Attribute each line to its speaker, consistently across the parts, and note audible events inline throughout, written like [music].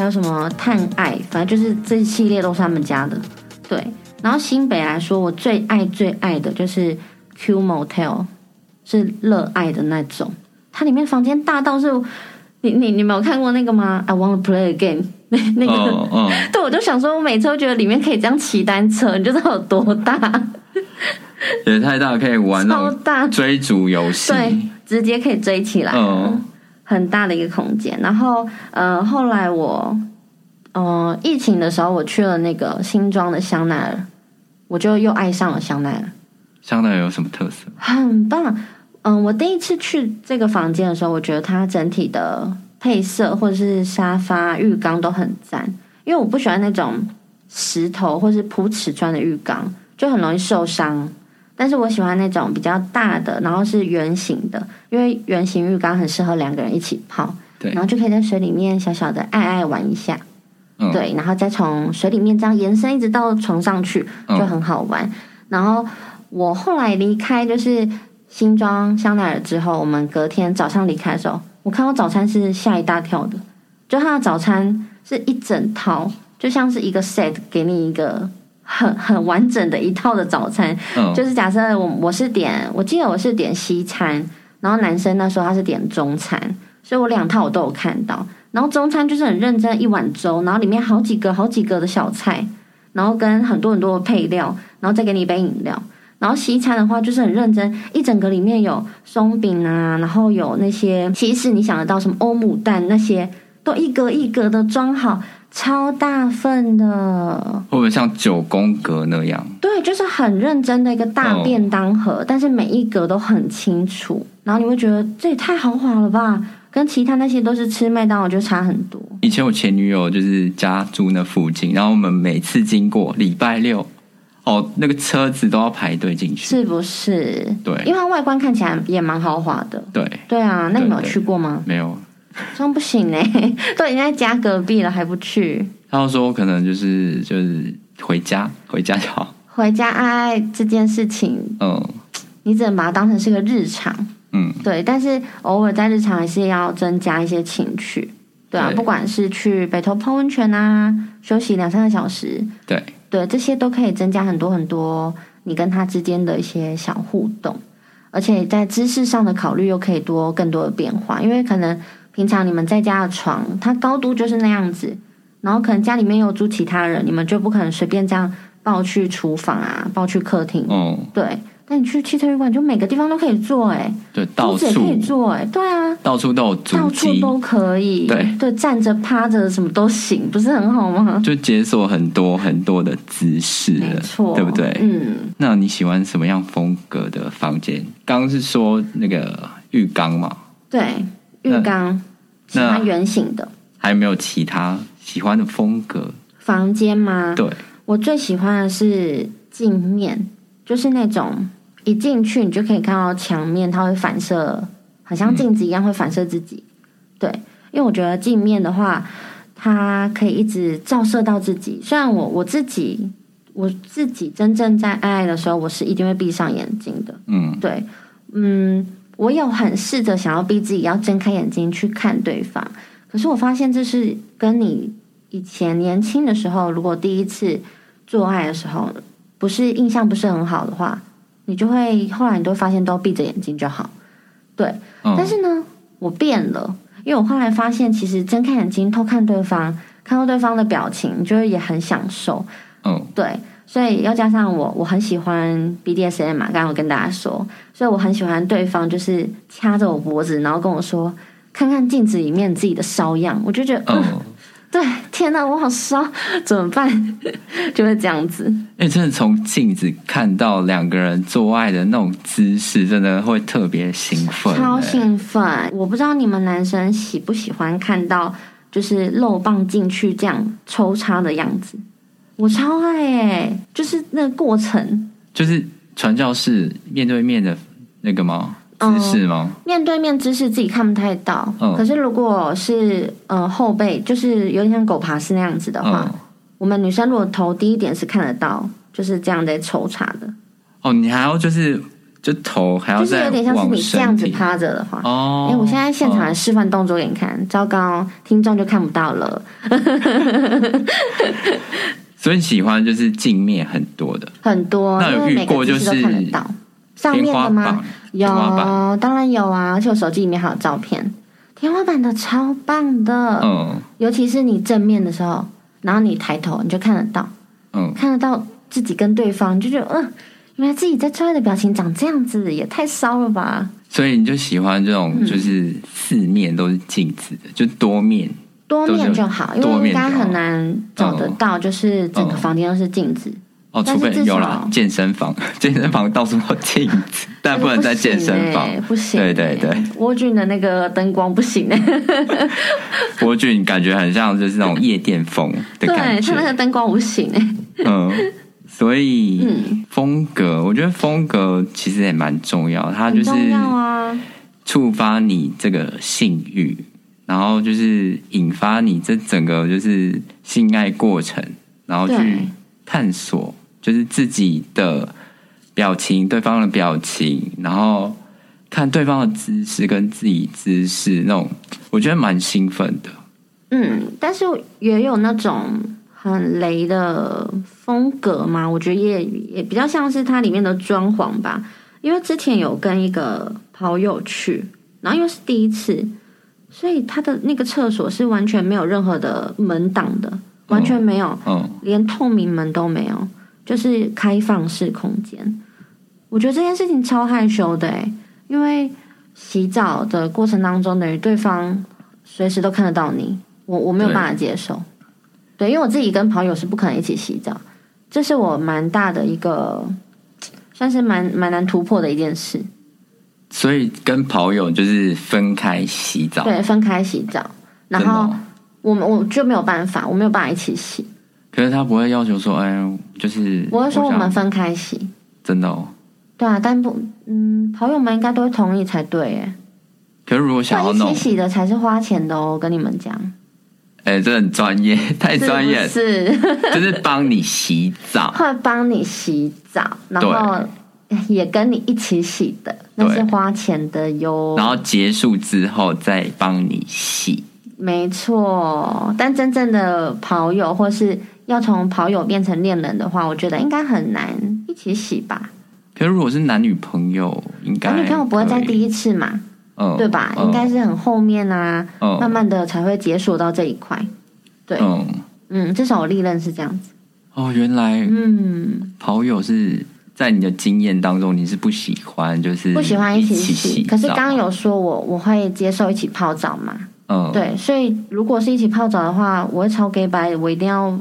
Speaker 1: 有什么探爱，反正就是这一系列都是他们家的。对，然后新北来说，我最爱最爱的就是 Q Motel，是热爱的那种。它里面房间大到是，你你你没有看过那个吗？I want to play again，那 [laughs] 那个
Speaker 2: 嗯嗯，
Speaker 1: 对，我就想说，我每次都觉得里面可以这样骑单车，你就知道有多大，
Speaker 2: 也太大，可以玩那
Speaker 1: 超
Speaker 2: 种
Speaker 1: 大，
Speaker 2: 追逐游戏。
Speaker 1: 对，直接可以追起来，
Speaker 2: 嗯
Speaker 1: 很大的一个空间。然后，呃，后来我，呃，疫情的时候，我去了那个新庄的香奈儿，我就又爱上了香奈儿，
Speaker 2: 香奈儿有什么特色？
Speaker 1: 很棒。嗯、我第一次去这个房间的时候，我觉得它整体的配色或者是沙发、浴缸都很赞，因为我不喜欢那种石头或是铺瓷砖的浴缸，就很容易受伤。但是我喜欢那种比较大的，然后是圆形的，因为圆形浴缸很适合两个人一起泡，
Speaker 2: 对
Speaker 1: 然后就可以在水里面小小的爱爱玩一下，
Speaker 2: 嗯
Speaker 1: 对，然后再从水里面这样延伸一直到床上去，
Speaker 2: 嗯
Speaker 1: 就很好玩。然后我后来离开就是新庄香奈儿之后，我们隔天早上离开的时候，我看到早餐是吓一大跳的，就它的早餐是一整套，就像是一个 set 给你一个很很完整的一套的早餐，
Speaker 2: 嗯，
Speaker 1: 就是假设我我是点，我记得我是点西餐，然后男生那时候他是点中餐，所以我两套我都有看到。然后中餐就是很认真一碗粥，然后里面好几个好几个的小菜，然后跟很多很多的配料，然后再给你一杯饮料。然后西餐的话就是很认真，一整个里面有松饼啊，然后有那些其实你想得到什么欧姆蛋那些，都一格一格的装好，超大份的。
Speaker 2: 会不会像九宫格那样？
Speaker 1: 对，就是很认真的一个
Speaker 2: 嗯
Speaker 1: 大便当盒，但是每一格都很清楚，然后你会觉得这也太豪华了吧，跟其他那些都是吃麦当劳就差很多。
Speaker 2: 以前我前女友就是家住那附近，然后我们每次经过礼拜六，哦，那个车子都要排队进去。
Speaker 1: 是不是？因为
Speaker 2: 对
Speaker 1: 它外观看起来也蛮豪华的。
Speaker 2: 对，
Speaker 1: 对啊，那你们有
Speaker 2: 对对
Speaker 1: 去过吗？
Speaker 2: 没有。
Speaker 1: 这样不行呢、 [laughs] 都已经在家隔壁了还不去，
Speaker 2: 他说可能就是就是回家回家就好。
Speaker 1: 回家爱爱这件事情，
Speaker 2: 嗯
Speaker 1: 你只能把它当成是个日常。
Speaker 2: 嗯，
Speaker 1: 对，但是偶尔在日常还是要增加一些情趣，对啊，
Speaker 2: 对
Speaker 1: 不管是去北投泡温泉啊，休息两三个小时，
Speaker 2: 对
Speaker 1: 对，这些都可以增加很多很多你跟他之间的一些小互动，而且在姿势上的考虑又可以多更多的变化，因为可能平常你们在家的床，它高度就是那样子，然后可能家里面有住其他人，你们就不可能随便这样抱去厨房啊，抱去客厅，
Speaker 2: 嗯
Speaker 1: 对。但你去汽车旅馆，就每个地方都可以坐、欸，哎，
Speaker 2: 对，
Speaker 1: 桌
Speaker 2: 到
Speaker 1: 子也可以
Speaker 2: 处
Speaker 1: 坐、欸，哎，对啊，
Speaker 2: 到处都有
Speaker 1: 到
Speaker 2: 足
Speaker 1: 处
Speaker 2: 迹，
Speaker 1: 都可以，
Speaker 2: 对
Speaker 1: 站着趴着什么都行，不是很好吗？
Speaker 2: 就解锁很多很多的姿势
Speaker 1: 没
Speaker 2: 了，
Speaker 1: 错，
Speaker 2: 对不对？
Speaker 1: 嗯，
Speaker 2: 那你喜欢什么样风格的房间？刚刚是说那个浴缸嘛，
Speaker 1: 对，
Speaker 2: 那
Speaker 1: 浴缸喜
Speaker 2: 那
Speaker 1: 欢圆形的
Speaker 2: 还有没有其他喜欢的风格？
Speaker 1: 房间吗？
Speaker 2: 对，
Speaker 1: 我最喜欢的是镜面，就是那种一进去你就可以看到墙面，它会反射，好像镜子一样会反射自己。对，因为我觉得镜面的话，它可以一直照射到自己。虽然我我自己我自己真正在爱爱的时候，我是一定会闭上眼睛的。
Speaker 2: 嗯，
Speaker 1: 对，嗯，我有很试着想要逼自己要睁开眼睛去看对方，可是我发现这是跟你以前年轻的时候，如果第一次做爱的时候不是印象不是很好的话，你就会后来你都会发现都闭着眼睛就好。
Speaker 2: 嗯
Speaker 1: 但是呢，我变了，因为我后来发现，其实睁开眼睛偷看对方，看到对方的表情，你就会也很享受。
Speaker 2: 嗯，
Speaker 1: 对，所以要加上我，我很喜欢 BDSM 啊嘛，刚刚有跟大家说，所以我很喜欢对方就是掐着我脖子，然后跟我说。看看镜子里面自己的瘙痒，我就觉得，嗯、
Speaker 2: 嗯，
Speaker 1: 对，天哪，我好瘙，怎么办？ [laughs] 就会这样子，
Speaker 2: 因为哎真的从镜子看到两个人做爱的那种姿势，真的会特别兴奋、
Speaker 1: 超
Speaker 2: 欸
Speaker 1: 兴奋。我不知道你们男生喜不喜欢看到，就是肉棒进去这样抽插的样子，我超爱哎、就是那个过程，
Speaker 2: 就是传教士面对面的那个吗？姿
Speaker 1: 嗯
Speaker 2: 势吗？
Speaker 1: 面对面姿势自己看不太到，
Speaker 2: 嗯
Speaker 1: 可是如果是呃后背，就是有点像狗爬式那样子的话，
Speaker 2: 嗯，
Speaker 1: 我们女生如果头低一点是看得到，就是这样在抽查的。
Speaker 2: 哦，你还要就是就头还要
Speaker 1: 就是
Speaker 2: 再
Speaker 1: 有点像是
Speaker 2: 往
Speaker 1: 你这样
Speaker 2: 身
Speaker 1: 子
Speaker 2: 体。
Speaker 1: 趴着的话。
Speaker 2: 哦
Speaker 1: 哎、，我现在现场
Speaker 2: 哦
Speaker 1: 示范动作给你看，糟糕，听众就看不到了。
Speaker 2: 所以你喜欢就是镜面很多的
Speaker 1: 很多，
Speaker 2: 那有
Speaker 1: 因为每
Speaker 2: 遇过
Speaker 1: 个姿势
Speaker 2: 就是
Speaker 1: 都看得到。上面
Speaker 2: 天花
Speaker 1: 的吗？
Speaker 2: 板，
Speaker 1: 有啊
Speaker 2: 天花，
Speaker 1: 当然有啊，而且我手机里面还有照片。天花板的超棒的，
Speaker 2: 嗯
Speaker 1: 尤其是你正面的时候，然后你抬头，你就看得到，
Speaker 2: 嗯，
Speaker 1: 看得到自己跟对方，就觉得嗯，原来自己在做爱的表情长这样子，也太骚了吧！
Speaker 2: 所以你就喜欢这种
Speaker 1: 嗯
Speaker 2: 就是四面都是镜子的，就多面
Speaker 1: 多面就好，因
Speaker 2: 多
Speaker 1: 为
Speaker 2: 面
Speaker 1: 应
Speaker 2: 就好
Speaker 1: 该很难找得到，就是整个
Speaker 2: 嗯
Speaker 1: 房间都是镜子，
Speaker 2: 哦，
Speaker 1: 但
Speaker 2: 除
Speaker 1: 是
Speaker 2: 非
Speaker 1: 至
Speaker 2: 有
Speaker 1: 少
Speaker 2: 啦，健身房， [laughs] 健身房到处都镜
Speaker 1: [laughs]
Speaker 2: 子，但不能在健身房。
Speaker 1: 哎不行、
Speaker 2: 对对对，
Speaker 1: 蜗苣的那个灯光不行
Speaker 2: [laughs]
Speaker 1: 哎、
Speaker 2: 郭俊感觉很像就是那种夜店风的
Speaker 1: [laughs] 对
Speaker 2: 感
Speaker 1: 他那
Speaker 2: [laughs] 觉，
Speaker 1: 个灯光不行哎、
Speaker 2: 嗯，所以、
Speaker 1: 嗯，
Speaker 2: 风格，我觉得风格其实也蛮重要，它
Speaker 1: 很
Speaker 2: 就是
Speaker 1: 重要啊。
Speaker 2: 触发你这个性欲，然后就是引发你这整个就是性爱过程，然后去
Speaker 1: 对
Speaker 2: 探索，就是自己的表情、对方的表情，然后看对方的姿势跟自己姿势那种，我觉得蛮兴奋的。
Speaker 1: 嗯，但是也有那种很雷的风格嘛，我觉得也也比较像是它里面的装潢吧。因为之前有跟一个跑友去，然后因为是第一次，所以他的那个厕所是完全没有任何的门挡的，完全没有，
Speaker 2: 嗯，
Speaker 1: 连透明门都没有，就是开放式空间。我觉得这件事情超害羞的、欸，因为洗澡的过程当中，等于对方随时都看得到你，我我没有
Speaker 2: 对
Speaker 1: 办法接受。对，因为我自己跟朋友是不可能一起洗澡，这是我蛮大的一个，算是蛮蛮难突破的一件事。
Speaker 2: 所以跟跑友就是分开洗澡，
Speaker 1: 对，分开洗澡，
Speaker 2: 真
Speaker 1: 然
Speaker 2: 的
Speaker 1: 后
Speaker 2: 哦。
Speaker 1: 我们我就没有办法，我没有办法一起洗。
Speaker 2: 可是他不会要求说，哎，就是
Speaker 1: 我会说我
Speaker 2: 想
Speaker 1: 们分开洗，
Speaker 2: 真的哦。
Speaker 1: 对啊，但不，嗯，朋友们应该都会同意才对耶。
Speaker 2: 可是如果想要
Speaker 1: 一起
Speaker 2: 弄，
Speaker 1: 洗的才是花钱的哦，我跟你们讲，
Speaker 2: 哎、这很专业，太专业了，
Speaker 1: 是
Speaker 2: [laughs]
Speaker 1: 不是 [laughs]
Speaker 2: 就是帮你洗澡，
Speaker 1: 会帮你洗澡，然后也跟你一起洗的，那是花钱的哟
Speaker 2: 然。后结束之后再帮你洗。
Speaker 1: 没错，但真正的跑友或是要从跑友变成恋人的话，我觉得应该很难一起洗吧。
Speaker 2: 可是如果是男女朋友，应该
Speaker 1: 男啊女朋友不会在
Speaker 2: 可以
Speaker 1: 第一次嘛，
Speaker 2: 嗯
Speaker 1: 对吧？
Speaker 2: 嗯
Speaker 1: 应该是很后面啊，
Speaker 2: 嗯
Speaker 1: 慢慢的才会解锁到这一块。对
Speaker 2: 嗯
Speaker 1: 嗯，至少我历任是这样子。
Speaker 2: 哦，原来
Speaker 1: 嗯。
Speaker 2: 跑友是在你的经验当中，你是不喜欢就是
Speaker 1: 不喜欢一起
Speaker 2: 嗯起
Speaker 1: 洗。
Speaker 2: 澡
Speaker 1: 可是刚刚有说我我会接受一起泡澡嘛？
Speaker 2: 嗯
Speaker 1: 对，所以如果是一起泡澡的话，我会超 gay 白，我一定要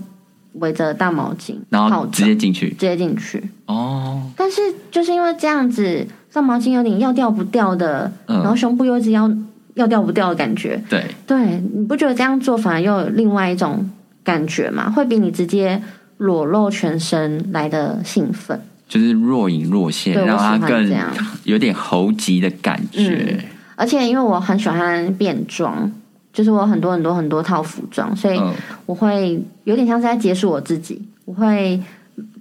Speaker 1: 围着大毛巾
Speaker 2: 然
Speaker 1: 泡
Speaker 2: 后
Speaker 1: 澡，
Speaker 2: 直接进去
Speaker 1: 直接进去。
Speaker 2: 哦
Speaker 1: 但是就是因为这样子，大毛巾有点要掉不掉的，然后
Speaker 2: 嗯
Speaker 1: 胸部又一直要要掉不掉的感觉。
Speaker 2: 对
Speaker 1: 对，你不觉得这样做反而又有另外一种感觉吗？会比你直接裸露全身来的兴奋。
Speaker 2: 就是若隐若现，
Speaker 1: 对我
Speaker 2: 让他
Speaker 1: 喜欢
Speaker 2: 更
Speaker 1: 这样。嗯
Speaker 2: 有点猴急的感觉。
Speaker 1: 而且因为我很喜欢变装，就是我有很多很多很多套服装，所以
Speaker 2: 嗯
Speaker 1: 我会有点像是在结束我自己。我会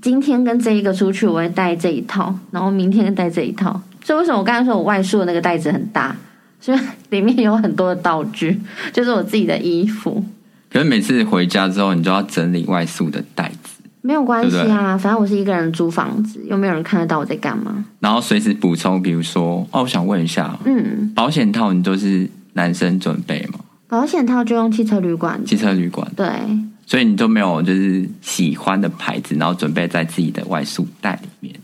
Speaker 1: 今天跟这一个出去，我会带这一套，然后明天带这一套。所以为什么我刚才说我外宿的那个袋子很大？所以里面有很多的道具，就是我自己的衣服，
Speaker 2: 可是每次回家之后，你就要整理外宿的袋子，
Speaker 1: 没有关系啊。
Speaker 2: 对
Speaker 1: 反正我是一个人租房子，又没有人看得到我在干嘛。
Speaker 2: 然后随时补充，比如说，哦，我想问一下，
Speaker 1: 嗯，
Speaker 2: 保险套你都是男生准备吗？
Speaker 1: 保险套就用汽车旅馆的，
Speaker 2: 汽车旅馆，
Speaker 1: 对，
Speaker 2: 所以你都没有就是喜欢的牌子，然后准备在自己的外宿袋里面。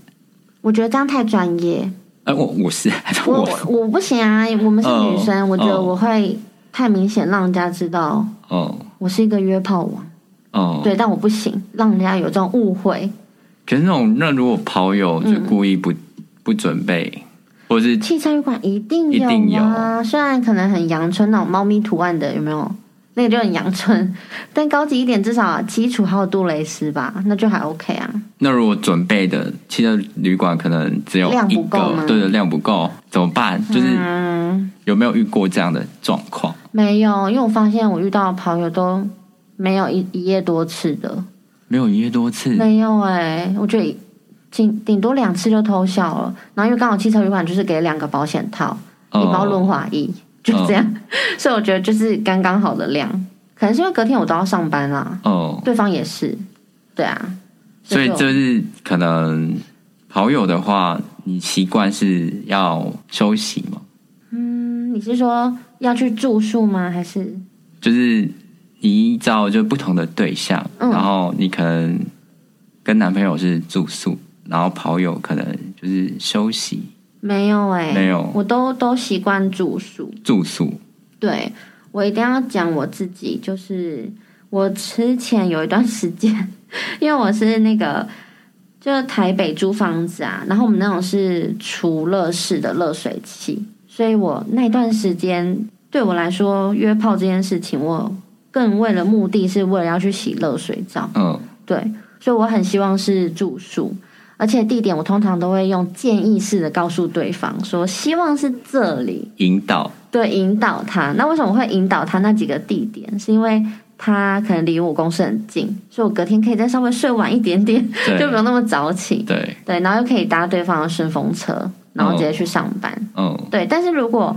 Speaker 1: 我觉得这样太专业。
Speaker 2: 呃，我我是
Speaker 1: 我
Speaker 2: 我
Speaker 1: 我我不行啊，我们是女生，
Speaker 2: 哦
Speaker 1: 我觉得
Speaker 2: 哦
Speaker 1: 我会太明显让人家知道
Speaker 2: 哦
Speaker 1: 我是一个约炮王。
Speaker 2: 哦，
Speaker 1: 对，但我不行，让人家有这种误会。
Speaker 2: 可是那种那如果跑友
Speaker 1: 嗯
Speaker 2: 就故意不、不准备，或是
Speaker 1: 汽车旅馆一定有
Speaker 2: 一定
Speaker 1: 啊，
Speaker 2: 有
Speaker 1: 虽然可能很阳春那种猫咪图案的有没有？那个就很阳春，但高级一点，至少基础还有杜蕾斯吧，那就还 OK 啊。
Speaker 2: 那如果准备的汽车旅馆可能只有
Speaker 1: 量
Speaker 2: 一
Speaker 1: 不够吗
Speaker 2: 个，对的量不够，怎么办？就是
Speaker 1: 嗯，
Speaker 2: 有没有遇过这样的状况？
Speaker 1: 没有，因为我发现我遇到的朋友都没有一一夜多次的，
Speaker 2: [clears throat] 没有一夜多次，
Speaker 1: 没有哎、我觉得顶顶多两次就偷笑了。然后因为刚好汽车旅馆就是给两个保险套，
Speaker 2: 哦
Speaker 1: 一包润滑液，就这样。 [laughs] 所以我觉得就是刚刚好的量，可能是因为隔天我都要上班啦，
Speaker 2: 哦，
Speaker 1: 对方也是，对啊。
Speaker 2: 所以
Speaker 1: 就
Speaker 2: 就是可能好友的话，你习惯是要休息嘛？
Speaker 1: 嗯，你是说要去住宿吗？还是
Speaker 2: 就是你依照就不同的对象，
Speaker 1: 嗯
Speaker 2: 然后你可能跟男朋友是住宿，然后跑友可能就是休息
Speaker 1: 没有、欸？哎，
Speaker 2: 没有
Speaker 1: 我都都习惯住宿。
Speaker 2: 住宿。
Speaker 1: 对我一定要讲我自己，就是我之前有一段时间， [laughs] 因为我是那个就是台北租房子啊，然后我们那种是除热式的热水器，所以我那段时间对我来说约炮这件事情，我更为了目的是为了要去洗热水澡，
Speaker 2: 嗯，
Speaker 1: 对，所以我很希望是住宿。而且地点我通常都会用建议式的告诉对方说，希望是这里，
Speaker 2: 引
Speaker 1: [laughs]
Speaker 2: 导
Speaker 1: 对，引导他。那为什么会引导他那几个地点？是因为他可能离我公司很近，所以我隔天可以再稍微睡晚一点点，就不
Speaker 2: 对
Speaker 1: 用那么早起。
Speaker 2: 对，
Speaker 1: 对，然后又可以搭对方的顺风车，然后直接去上班。
Speaker 2: 嗯
Speaker 1: 对，但是如果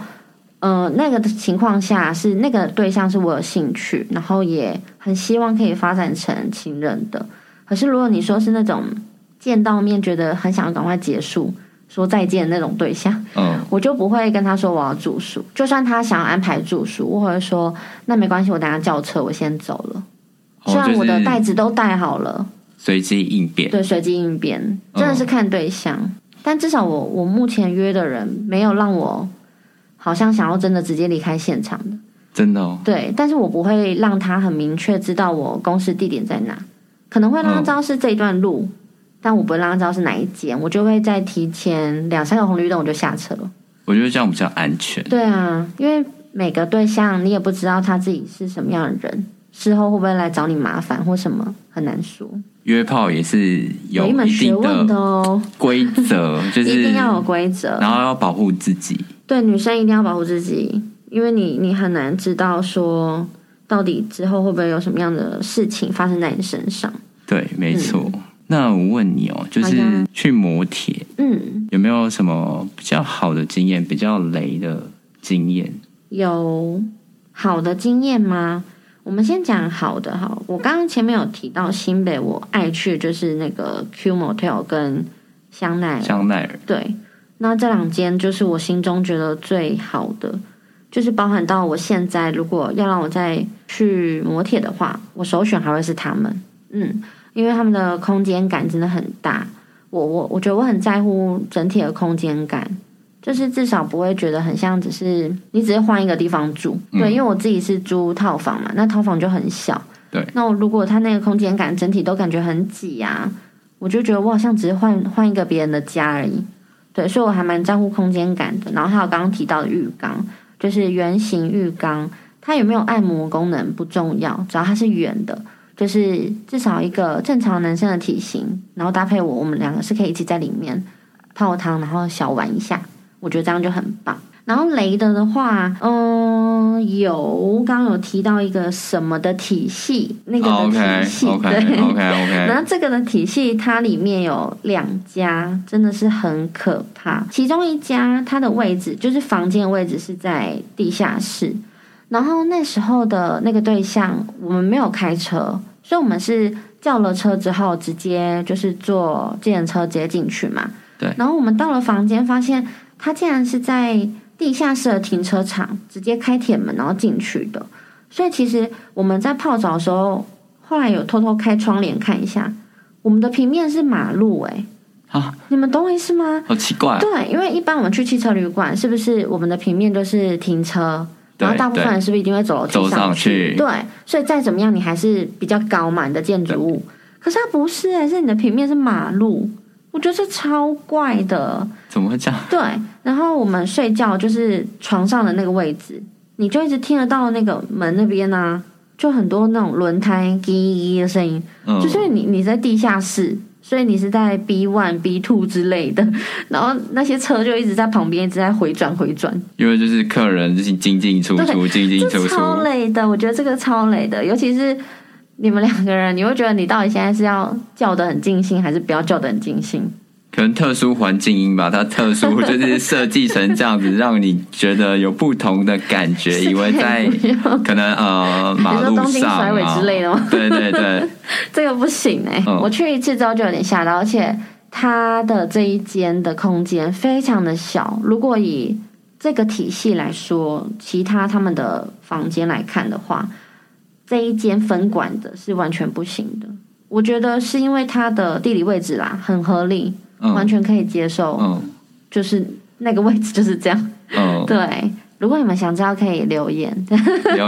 Speaker 1: 呃那个情况下是那个对象是我有兴趣，然后也很希望可以发展成情人的，可是如果你说是那种见到面觉得很想要赶快结束说再见的那种对象。
Speaker 2: 嗯
Speaker 1: 我就不会跟他说我要住宿，就算他想要安排住宿，我会说那没关系，我等下叫车，我先走了。虽
Speaker 2: 哦，
Speaker 1: 然
Speaker 2: 就
Speaker 1: 我的袋
Speaker 2: 是
Speaker 1: 子都带好了，
Speaker 2: 随机应变，
Speaker 1: 对，随机应变，真的是看对象。
Speaker 2: 嗯
Speaker 1: 但至少我我目前约的人没有让我好像想要真的直接离开现场的，
Speaker 2: 真的哦，
Speaker 1: 对。但是我不会让他很明确知道我公司地点在哪，可能会让他知道是这一段路，但我不会让他知道是哪一间，我就会在提前两三个红绿灯我就下车了。
Speaker 2: 我觉得这样比较安全。
Speaker 1: 对啊，因为每个对象你也不知道他自己是什么样的人，事后会不会来找你麻烦或什么，很难说。
Speaker 2: 约炮也是有
Speaker 1: 一门
Speaker 2: 一
Speaker 1: 学
Speaker 2: 定
Speaker 1: 问的哦，
Speaker 2: 规则，
Speaker 1: [laughs]
Speaker 2: 就
Speaker 1: 一
Speaker 2: 是
Speaker 1: 定要有规则。
Speaker 2: 然后要保护自己。
Speaker 1: 对，女生一定要保护自己，因为你你很难知道说到底之后会不会有什么样的事情发生在你身上。
Speaker 2: 对，没错。那我问你哦，就
Speaker 1: 嗯好
Speaker 2: 是
Speaker 1: 呀
Speaker 2: 去磨铁
Speaker 1: 嗯，
Speaker 2: 有没有什么比较好的经验，比较雷的经验？
Speaker 1: 有好的经验吗？我们先讲好的哈。我刚刚前面有提到新北，我爱去的就是那个 Q Motel 跟香奈儿
Speaker 2: 香奈儿，
Speaker 1: 对，那这两间就是我心中觉得最好的，就是包含到我现在如果要让我再去磨铁的话，我首选还会是他们。嗯，因为他们的空间感真的很大，我我我觉得我很在乎整体的空间感。就是至少不会觉得很像，只是你只是换一个地方住，对，
Speaker 2: 嗯
Speaker 1: 因为我自己是租套房嘛，那套房就很小，
Speaker 2: 对。
Speaker 1: 那我如果它那个空间感整体都感觉很挤啊，我就觉得我好像只是换换一个别人的家而已，对，所以我还蛮在乎空间感的。然后还有刚刚提到的浴缸，就是圆形浴缸，它有没有按摩功能不重要，只要它是圆的，就是至少一个正常男生的体型，然后搭配我，我们两个是可以一起在里面泡汤，然后小玩一下，我觉得这样就很棒。然后雷的的话，嗯，有刚刚有提到一个什么的体系，那个的
Speaker 2: 哦 OK
Speaker 1: 体系
Speaker 2: OK
Speaker 1: 对
Speaker 2: OK
Speaker 1: [laughs] 然
Speaker 2: OK，
Speaker 1: 后这个的体系，它里面有两家，真的是很可怕。其中一家它的位置就是房间的位置是在地下室，然后那时候的那个对象，我们没有开车，所以我们是叫了车之后直接就是坐计程车直接进去嘛。
Speaker 2: 对
Speaker 1: 然后我们到了房间，发现他竟然是在地下室的停车场直接开铁门然后进去的。所以其实我们在泡澡的时候，后来有偷偷开窗帘看一下，我们的平面是马路、欸，
Speaker 2: 啊，
Speaker 1: 你们懂我意思吗？
Speaker 2: 好奇怪哦，
Speaker 1: 对，因为一般我们去汽车旅馆，是不是我们的平面就是停车，
Speaker 2: 对
Speaker 1: 然后大部分
Speaker 2: 对
Speaker 1: 人是不是一定会走楼梯
Speaker 2: 走上去
Speaker 1: 去？对，所以再怎么样，你还是比较高嘛，你的建筑物。可是它不是、欸，是你的平面是马路，我觉得这超怪的。
Speaker 2: 怎么会这样？
Speaker 1: 对，然后我们睡觉就是床上的那个位置，你就一直听得到那个门那边啊，就很多那种轮胎“叽叽”的声音。
Speaker 2: 嗯
Speaker 1: 就，是你你在地下室，所以你是在 B one、B two 之类的，然后那些车就一直在旁边一直在回转回转，
Speaker 2: 因为就是客人就是进进出出，进进
Speaker 1: 这
Speaker 2: 出出，
Speaker 1: 超累的。我觉得这个超累的，尤其是你们两个人，你会觉得你到底现在是要叫的很尽兴，还是不要叫的很尽兴？
Speaker 2: 可能特殊环境音吧，它特
Speaker 1: [laughs]
Speaker 2: 殊就是设计成这样子，让你觉得有不同的感觉，以为在可能呃马
Speaker 1: 你说
Speaker 2: 路
Speaker 1: 东京
Speaker 2: 上
Speaker 1: 甩尾
Speaker 2: 啊
Speaker 1: 之类的吗
Speaker 2: 对
Speaker 1: [laughs]
Speaker 2: 对对，
Speaker 1: 这个不行哎、
Speaker 2: 嗯
Speaker 1: 我去一次之后就有点吓到，而且它的这一间的空间非常的小。如果以这个体系来说，其他他们的房间来看的话，这一间分管的是完全不行的。我觉得是因为它的地理位置啦，很合理，完
Speaker 2: 嗯
Speaker 1: 全可以接受，
Speaker 2: 嗯
Speaker 1: 就是那个位置就是这样。
Speaker 2: [laughs] 嗯，
Speaker 1: 对，如果你们想知道，可以留言。
Speaker 2: 留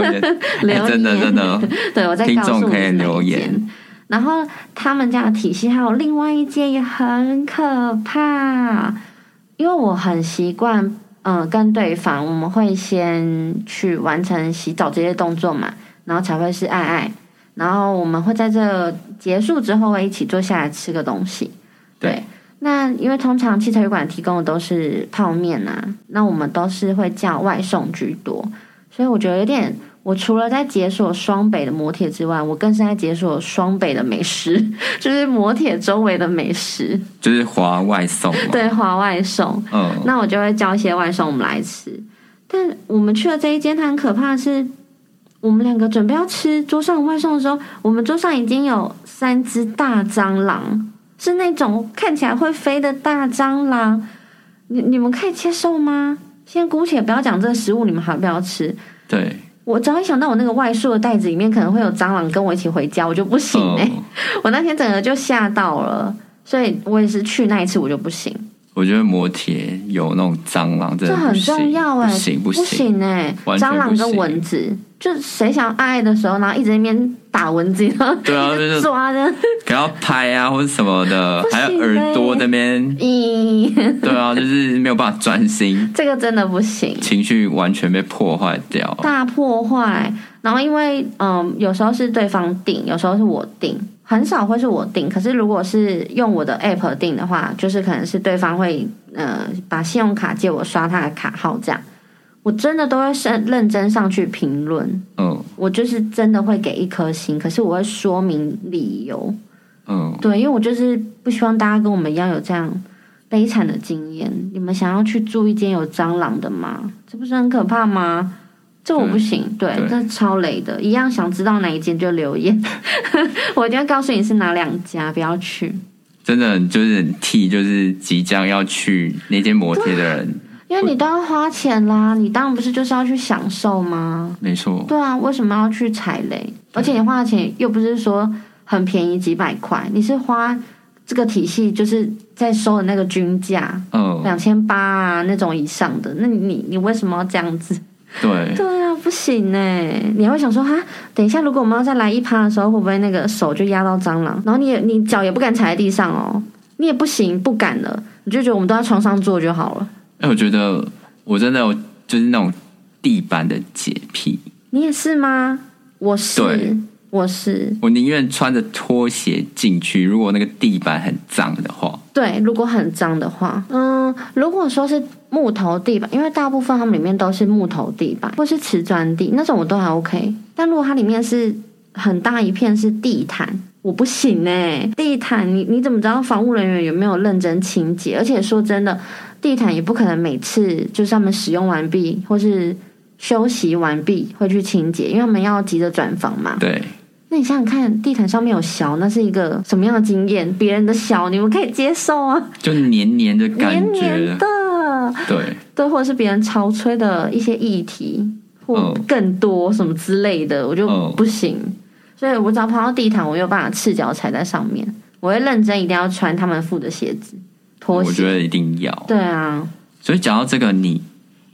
Speaker 1: [laughs]
Speaker 2: 言，哎
Speaker 1: 留
Speaker 2: 真的
Speaker 1: 言
Speaker 2: 真的，
Speaker 1: [laughs] 对，我再
Speaker 2: 听
Speaker 1: 告
Speaker 2: 众
Speaker 1: 诉
Speaker 2: 可
Speaker 1: 你
Speaker 2: 以
Speaker 1: 是哪
Speaker 2: 留
Speaker 1: 一
Speaker 2: 言
Speaker 1: 间。然后他们家的体系还有另外一间也很可怕，因为我很习惯，嗯、跟对方我们会先去完成洗澡这些动作嘛，然后才会是爱爱，然后我们会在这结束之后会一起坐下来吃个东西。
Speaker 2: 对
Speaker 1: 那因为通常汽车旅馆提供的都是泡面啊，那我们都是会叫外送居多，所以我觉得有点，我除了在解锁双北的摩铁之外，我更是在解锁双北的美食， [laughs] 就是摩铁周围的美食，
Speaker 2: 就是华外
Speaker 1: [laughs]
Speaker 2: 送嘛，
Speaker 1: 对，华外送。
Speaker 2: 嗯
Speaker 1: 那我就会叫一些外送我们来吃。但我们去了这一间，它很可怕的是，我们两个准备要吃桌上外送的时候，我们桌上已经有三只大蟑螂，是那种看起来会飞的大蟑螂。你你们可以接受吗？先姑且不要讲这个食物，你们还不要吃。
Speaker 2: 对，
Speaker 1: 我只要一想到我那个外宿的袋子里面可能会有蟑螂跟我一起回家，我就不行哎、
Speaker 2: 嗯，
Speaker 1: [laughs] 我那天整个就吓到了，所以我也是去那一次我就不行。
Speaker 2: 我觉得摩铁有那种蟑螂，真
Speaker 1: 这
Speaker 2: 的
Speaker 1: 很
Speaker 2: 不行
Speaker 1: 重要哎、
Speaker 2: 不行
Speaker 1: 不
Speaker 2: 行，
Speaker 1: 行哎、
Speaker 2: 完全
Speaker 1: 蟑螂
Speaker 2: 不
Speaker 1: 跟
Speaker 2: 行
Speaker 1: 蚊子，就是谁想爱的时候，然后一直在那边打蚊子，然后
Speaker 2: 对啊，就是
Speaker 1: 抓着，
Speaker 2: 给他拍啊或者什么的
Speaker 1: 不，行哎
Speaker 2: 还有耳朵那边，
Speaker 1: 咦，
Speaker 2: 对啊，就是没有办法专心，
Speaker 1: 这个真的不行，
Speaker 2: 情绪完全被破坏掉。
Speaker 1: 大破坏。然后因为嗯，有时候是对方订，有时候是我订，很少会是我订。可是如果是用我的 app 订的话，就是可能是对方会呃把信用卡借我刷他的卡号这样，我真的都会认认真上去评论。
Speaker 2: 嗯
Speaker 1: 我就是真的会给一颗星，可是我会说明理由。
Speaker 2: 嗯，
Speaker 1: 对，因为我就是不希望大家跟我们一样有这样悲惨的经验。你们想要去住一间有蟑螂的吗？这不是很可怕吗？这我不行，对，
Speaker 2: 对
Speaker 1: 这超雷的。一样想知道哪一间就留言， [laughs] 我一定要告诉你是哪两家，不要去。
Speaker 2: 真的就是很替就是即将要去那间摩铁的人，
Speaker 1: 因为你都要花钱啦，你当然不是就是要去享受吗？
Speaker 2: 没错，
Speaker 1: 对啊，为什么要去踩雷？而且你花的钱又不是说很便宜几百块，你是花这个体系就是在收的那个均价
Speaker 2: 嗯，
Speaker 1: 两千八啊那种以上的，那你你你为什么要这样子？
Speaker 2: 对，
Speaker 1: 对啊，不行呢、你还会想说哈，等一下如果我们要再来一趴的时候，会不会那个手就压到蟑螂？然后你也你脚也不敢踩在地上哦，你也不行不敢了，你就觉得我们都在床上坐就好了。
Speaker 2: 哎，我觉得我真的有就是那种地板的洁癖，
Speaker 1: 你也是吗？我是
Speaker 2: 对，
Speaker 1: 我是。
Speaker 2: 我宁愿穿着拖鞋进去，如果那个地板很脏的话，
Speaker 1: 对，如果很脏的话，嗯，如果说是木头地板，因为大部分它们里面都是木头地板或是瓷砖地那种，我都还 OK。但如果它里面是很大一片是地毯，我不行哎、地毯你你怎么知道防务人员有没有认真清洁？而且说真的，地毯也不可能每次就是他们使用完毕或是休息完毕会去清洁，因为他们要急着转房嘛。
Speaker 2: 对，
Speaker 1: 那你想想看，地毯上面有小，那是一个什么样的经验？别人的小，你们可以接受啊，
Speaker 2: 就黏黏的感
Speaker 1: 黏
Speaker 2: 觉，
Speaker 1: 黏的，
Speaker 2: 对，
Speaker 1: 对，或者是别人潮吹的一些议题，或
Speaker 2: 嗯
Speaker 1: 更多什么之类的，我就
Speaker 2: 嗯
Speaker 1: 不行。所以我只要碰到地毯，我有办法赤脚踩在上面，我会认真一定要穿他们附的鞋子、拖
Speaker 2: 哦我觉
Speaker 1: 鞋。
Speaker 2: 得一定要。
Speaker 1: 对啊，
Speaker 2: 所以讲到这个，你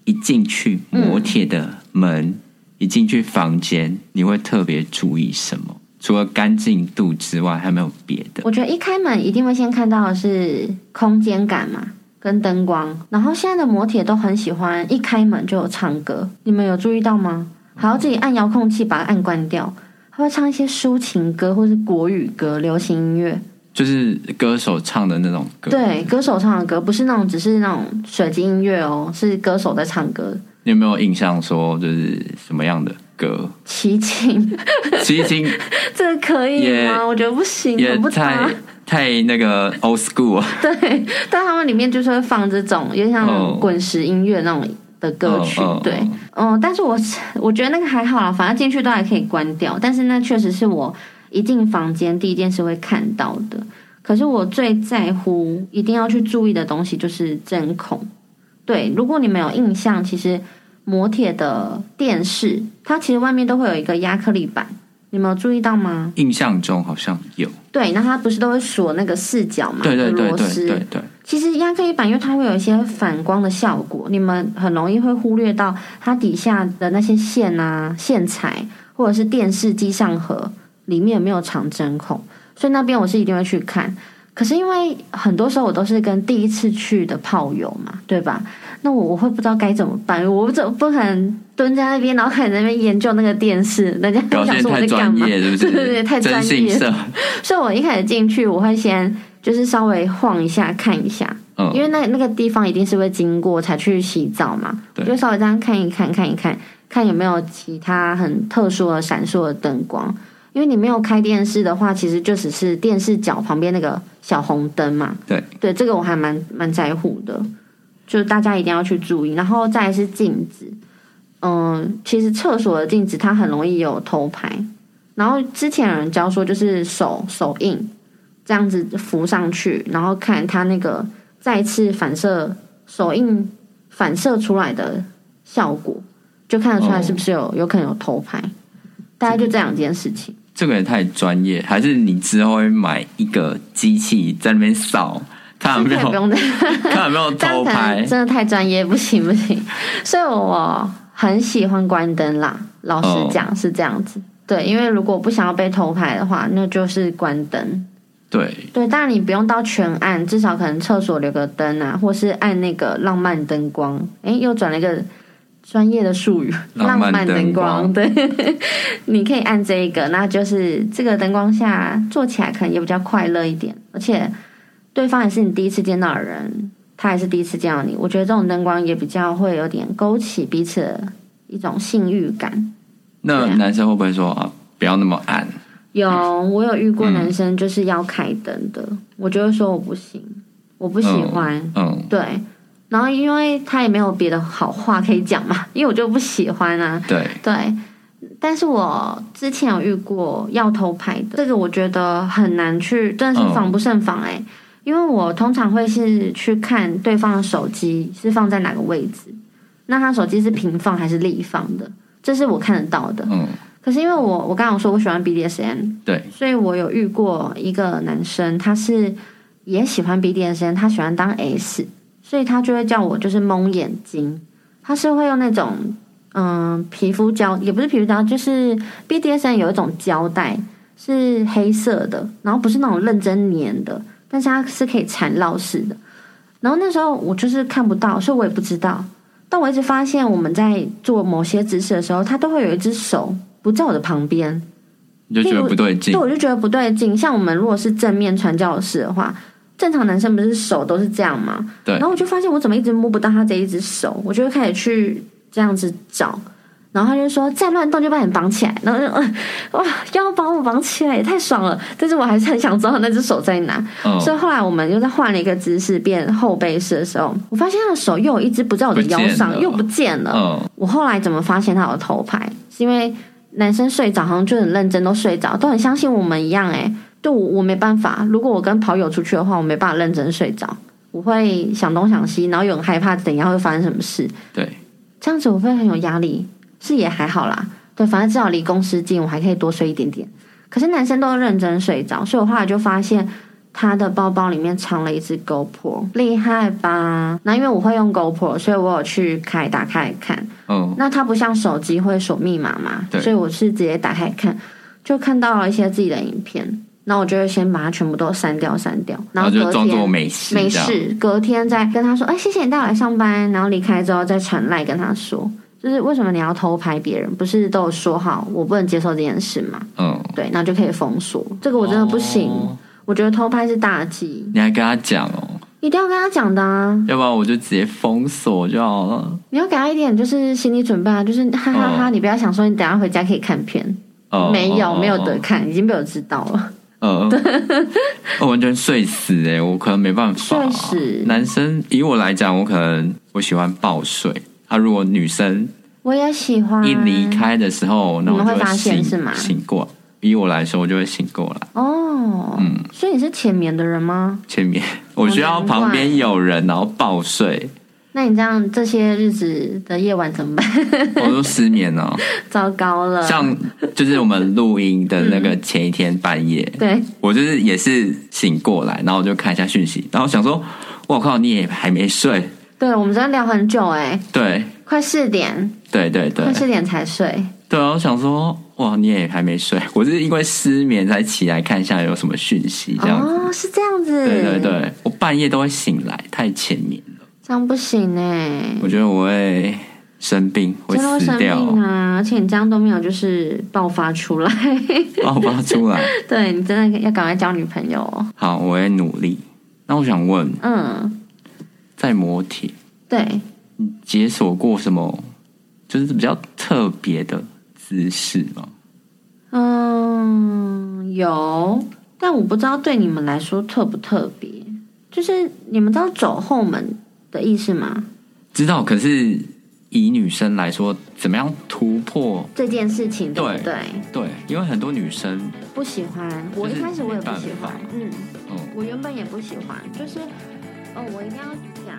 Speaker 2: 一进去摩铁的门，一进去房间，你会特别注意什么？除了干净度之外，还有没有别的？
Speaker 1: 我觉得一开门一定会先看到的是空间感嘛，跟灯光。然后现在的摩铁都很喜欢一开门就有唱歌，你们有注意到吗？还要自己按遥控器把它按关掉。还会唱一些抒情歌或是国语歌、流行音乐，
Speaker 2: 就是歌手唱的那种歌。，
Speaker 1: 对，歌手唱的歌，不是那种只是那种水晶音乐哦，是歌手在唱歌。
Speaker 2: 你有没有印象说就是什么样的歌，
Speaker 1: 齐秦， [laughs]
Speaker 2: 其实已经
Speaker 1: 这个可以
Speaker 2: 也
Speaker 1: 吗？我觉得不行，
Speaker 2: 也
Speaker 1: 很不搭
Speaker 2: 太。太那个 old school 啊了。
Speaker 1: [laughs] 对，但他们里面就是会放这种有点
Speaker 2: 哦
Speaker 1: 像滚石音乐那种的歌曲，
Speaker 2: 哦哦
Speaker 1: 对，嗯，但是我我觉得那个还好啦，反正进去都还可以关掉，但是那确实是我一进房间第一件事会看到的。可是我最在乎、一定要去注意的东西就是针孔。对，如果你们有印象，其实磨铁的电视，它其实外面都会有一个亚克力板，你们有注意到吗？
Speaker 2: 印象中好像有，
Speaker 1: 对，那它不是都会锁那个视角嘛？
Speaker 2: 对对对
Speaker 1: 嗯螺
Speaker 2: 对
Speaker 1: 丝
Speaker 2: 对对，
Speaker 1: 其实亚克力板，因为它会有一些反光的效果，你们很容易会忽略到它底下的那些线啊、线材，或者是电视机上盒里面有没有藏针孔，所以那边我是一定会去看。可是因为很多时候我都是跟第一次去的炮友嘛，对吧？那我我会不知道该怎么办，我怎不可能蹲在那边，然后开始在那边研究那个电视，人家
Speaker 2: 表
Speaker 1: 想
Speaker 2: 现
Speaker 1: 说我
Speaker 2: 太
Speaker 1: 在干嘛？ [laughs]
Speaker 2: 专业，是不
Speaker 1: 对
Speaker 2: 是？
Speaker 1: 对对太专
Speaker 2: 真
Speaker 1: 业
Speaker 2: 性色，
Speaker 1: 所以我一开始进去，我会先就是稍微晃一下看一下，
Speaker 2: 嗯，
Speaker 1: 因为那那个地方一定是会经过才去洗澡嘛，
Speaker 2: 对
Speaker 1: 我就稍微这样看一看看一看，看有没有其他很特殊的闪烁的灯光。因为你没有开电视的话，其实就只是电视角旁边那个小红灯嘛。
Speaker 2: 对
Speaker 1: 对，这个我还蛮蛮在乎的，就大家一定要去注意。然后再来是镜子，嗯，其实厕所的镜子它很容易有偷拍，然后之前有人教说就是手手印这样子浮上去，然后看它那个再次反射手印反射出来的效果，就看得出来
Speaker 2: 哦
Speaker 1: 是不是有、有可能有偷拍。大概就这两件事情，
Speaker 2: 这个也太专业，还是你之后会买一个机器在那边扫，看有
Speaker 1: 这
Speaker 2: 没
Speaker 1: 个也不
Speaker 2: 有
Speaker 1: 用
Speaker 2: [laughs] 看有没有
Speaker 1: 这样 [laughs]
Speaker 2: 偷
Speaker 1: 可能
Speaker 2: 拍？
Speaker 1: 真的太专业，不行不行。所以我很喜欢关灯啦，老
Speaker 2: 哦
Speaker 1: 实讲是这样子。对，因为如果不想要被偷拍的话，那就是关灯。
Speaker 2: 对，
Speaker 1: 对，当然你不用到全暗，至少可能厕所留个灯啊，或是按那个浪漫灯光。诶，又转了一个专业的术语，
Speaker 2: 浪
Speaker 1: 浪
Speaker 2: 漫
Speaker 1: 漫
Speaker 2: 灯
Speaker 1: 灯光。
Speaker 2: 光
Speaker 1: 对， [laughs] 你可以按这一个，那就是这个灯光下做起来可能也比较快乐一点，而且对方也是你第一次见到的人，他也是第一次见到你。我觉得这种灯光也比较会有点勾起彼此的一种性欲感。
Speaker 2: 那
Speaker 1: 对啊
Speaker 2: 男生会不会说啊，不要那么暗？
Speaker 1: 有，我有遇过
Speaker 2: 嗯
Speaker 1: 男生就是要开灯的，我就会说我不行，我不喜欢。
Speaker 2: 嗯，
Speaker 1: 对，然后因为他也没有别的好话可以讲嘛，因为我就不喜欢啊。
Speaker 2: 嗯对，
Speaker 1: 对，但是我之前有遇过要偷拍的，这个我觉得很难去，真
Speaker 2: 嗯
Speaker 1: 的是防不胜防哎、因为我通常会是去看对方的手机是放在哪个位置，那他手机是平放还是立放的，这是我看得到的。
Speaker 2: 嗯，
Speaker 1: 可是因为我我刚刚有说我喜欢 BDSM，
Speaker 2: 对，
Speaker 1: 所以我有遇过一个男生，他是也喜欢 BDSM，他喜欢当 S，所以他就会叫我就是蒙眼睛，他是会用那种嗯皮肤胶，也不是皮肤胶，就是 BDSM 有一种胶带是黑色的，然后不是那种认真粘的，但是它是可以缠绕式的。然后那时候我就是看不到，所以我也不知道。但我一直发现我们在做某些姿势的时候，他都会有一只手不在我的旁边，
Speaker 2: 你就觉得不对劲
Speaker 1: 对，，我就觉得不对劲。像我们如果是正面传教士的话，正常男生不是手都是这样吗？
Speaker 2: 对
Speaker 1: 然后我就发现我怎么一直摸不到他这一只手，我就会开始去这样子找。然后他就说：“再乱动就把你绑起来。”然后我就、 [laughs] 呃、哇，要把我绑起来也太爽了！但是我还是很想知道那只手在哪。
Speaker 2: 嗯，
Speaker 1: 所以后来我们又在换了一个姿势变后背式的时候，我发现他的手又有一只不在我的
Speaker 2: 不见
Speaker 1: 腰上，
Speaker 2: 了
Speaker 1: 又不见了。
Speaker 2: 嗯，
Speaker 1: 我后来怎么发现他有偷拍，是因为男生睡着好像就很认真，都睡着，都很相信我们一样、欸。哎，对我我没办法，如果我跟跑友出去的话，我没办法认真睡着，我会想东想西，然后又很害怕等一下会发生什么事。
Speaker 2: 对，
Speaker 1: 这样子我会很有压力，是也还好啦。对，反正至少离公司近，我还可以多睡一点点。可是男生都认真睡着，所以我后来就发现他的包包里面藏了一只 GoPro，厉害吧？那因为我会用 GoPro，所以我有去开打开来看。
Speaker 2: 嗯，
Speaker 1: 那它不像手机会锁密码嘛
Speaker 2: 对，
Speaker 1: 所以我是直接打开看，就看到了一些自己的影片。那我就会先把它全部都删掉，删掉，
Speaker 2: 然
Speaker 1: 后
Speaker 2: 后就
Speaker 1: 隔
Speaker 2: 装作
Speaker 1: 天
Speaker 2: 没事，
Speaker 1: 没
Speaker 2: 这样，
Speaker 1: 事，隔天再跟他说，哎，谢谢你带我来上班，然后离开之后再传赖跟他说，就是为什么你要偷拍别人？不是都有说好我不能接受这件事嘛？
Speaker 2: 嗯，
Speaker 1: 对，那就可以封锁。这个我真的不行，
Speaker 2: 哦
Speaker 1: 我觉得偷拍是大忌。
Speaker 2: 你还跟他讲哦，
Speaker 1: 一定要跟他讲的啊！
Speaker 2: 要不然我就直接封锁就好了。
Speaker 1: 你要给他一点就是心理准备啊，就是哈哈哈，
Speaker 2: 哦
Speaker 1: 你不要想说你等一下回家可以看片，
Speaker 2: 哦，
Speaker 1: 没有、
Speaker 2: 哦
Speaker 1: 没有得，看，已经被我知道了。
Speaker 2: 哦
Speaker 1: [laughs]
Speaker 2: 哦呃，我完全睡死哎、我可能没办法。
Speaker 1: 睡死
Speaker 2: 男生以我来讲，我可能我喜欢抱睡。啊，如果女生
Speaker 1: 我也喜欢啊
Speaker 2: 一离开的时候，那
Speaker 1: 你
Speaker 2: 我
Speaker 1: 们会
Speaker 2: 就
Speaker 1: 发现
Speaker 2: 醒
Speaker 1: 是吗
Speaker 2: 醒过来，以我来说，我就会醒过来。
Speaker 1: 哦，
Speaker 2: 嗯
Speaker 1: 所以你是浅眠的人吗？
Speaker 2: 前
Speaker 1: [laughs]
Speaker 2: 面我需要
Speaker 1: 难怪
Speaker 2: 旁边有人，然后抱睡，
Speaker 1: 那你这样这些日子的夜晚怎么办？ [laughs]
Speaker 2: 我都失眠了。
Speaker 1: 糟糕了，
Speaker 2: 像就是我们录音的那个前一天半夜，
Speaker 1: 对，
Speaker 2: 我就是也是醒过来，然后我就看一下讯息，然后想说，我靠，你也还没睡？
Speaker 1: 对，我们真的聊很久哎、
Speaker 2: 对
Speaker 1: 快四点，
Speaker 2: 对对对
Speaker 1: 快四点才睡。
Speaker 2: 对，然后想说，哇，你也还没睡？我是因为失眠才起来看一下有什么讯息，这样子。
Speaker 1: 哦，是这样子，
Speaker 2: 对对，对，我半夜都会醒来，太浅眠了，
Speaker 1: 这样不行哎、
Speaker 2: 我觉得我会生病，会
Speaker 1: 真的会
Speaker 2: 死
Speaker 1: 生
Speaker 2: 掉，
Speaker 1: 病啊！而且你这样都没有就是爆发出来， [laughs]
Speaker 2: 爆发出来。
Speaker 1: 对你真的要赶快交女朋友哦。
Speaker 2: 好，我会努力。那我想问，
Speaker 1: 嗯，
Speaker 2: 在磨铁
Speaker 1: 对，
Speaker 2: 解锁过什么，就是比较特别的姿势吗？
Speaker 1: 嗯，有，但我不知道对你们来说特不特别。就是你们知道走后门的意思吗？
Speaker 2: 知道，可是以女生来说，怎么样突破？
Speaker 1: 这件事情对不
Speaker 2: 对
Speaker 1: 对？
Speaker 2: 对，因为很多女生，
Speaker 1: 不喜欢，我
Speaker 2: 就
Speaker 1: 一
Speaker 2: 是
Speaker 1: 开始我也
Speaker 2: 没
Speaker 1: 不
Speaker 2: 办
Speaker 1: 喜
Speaker 2: 法
Speaker 1: 欢，嗯。
Speaker 2: 嗯，
Speaker 1: 我原本也不一定要讲，就是哦，我一定要讲，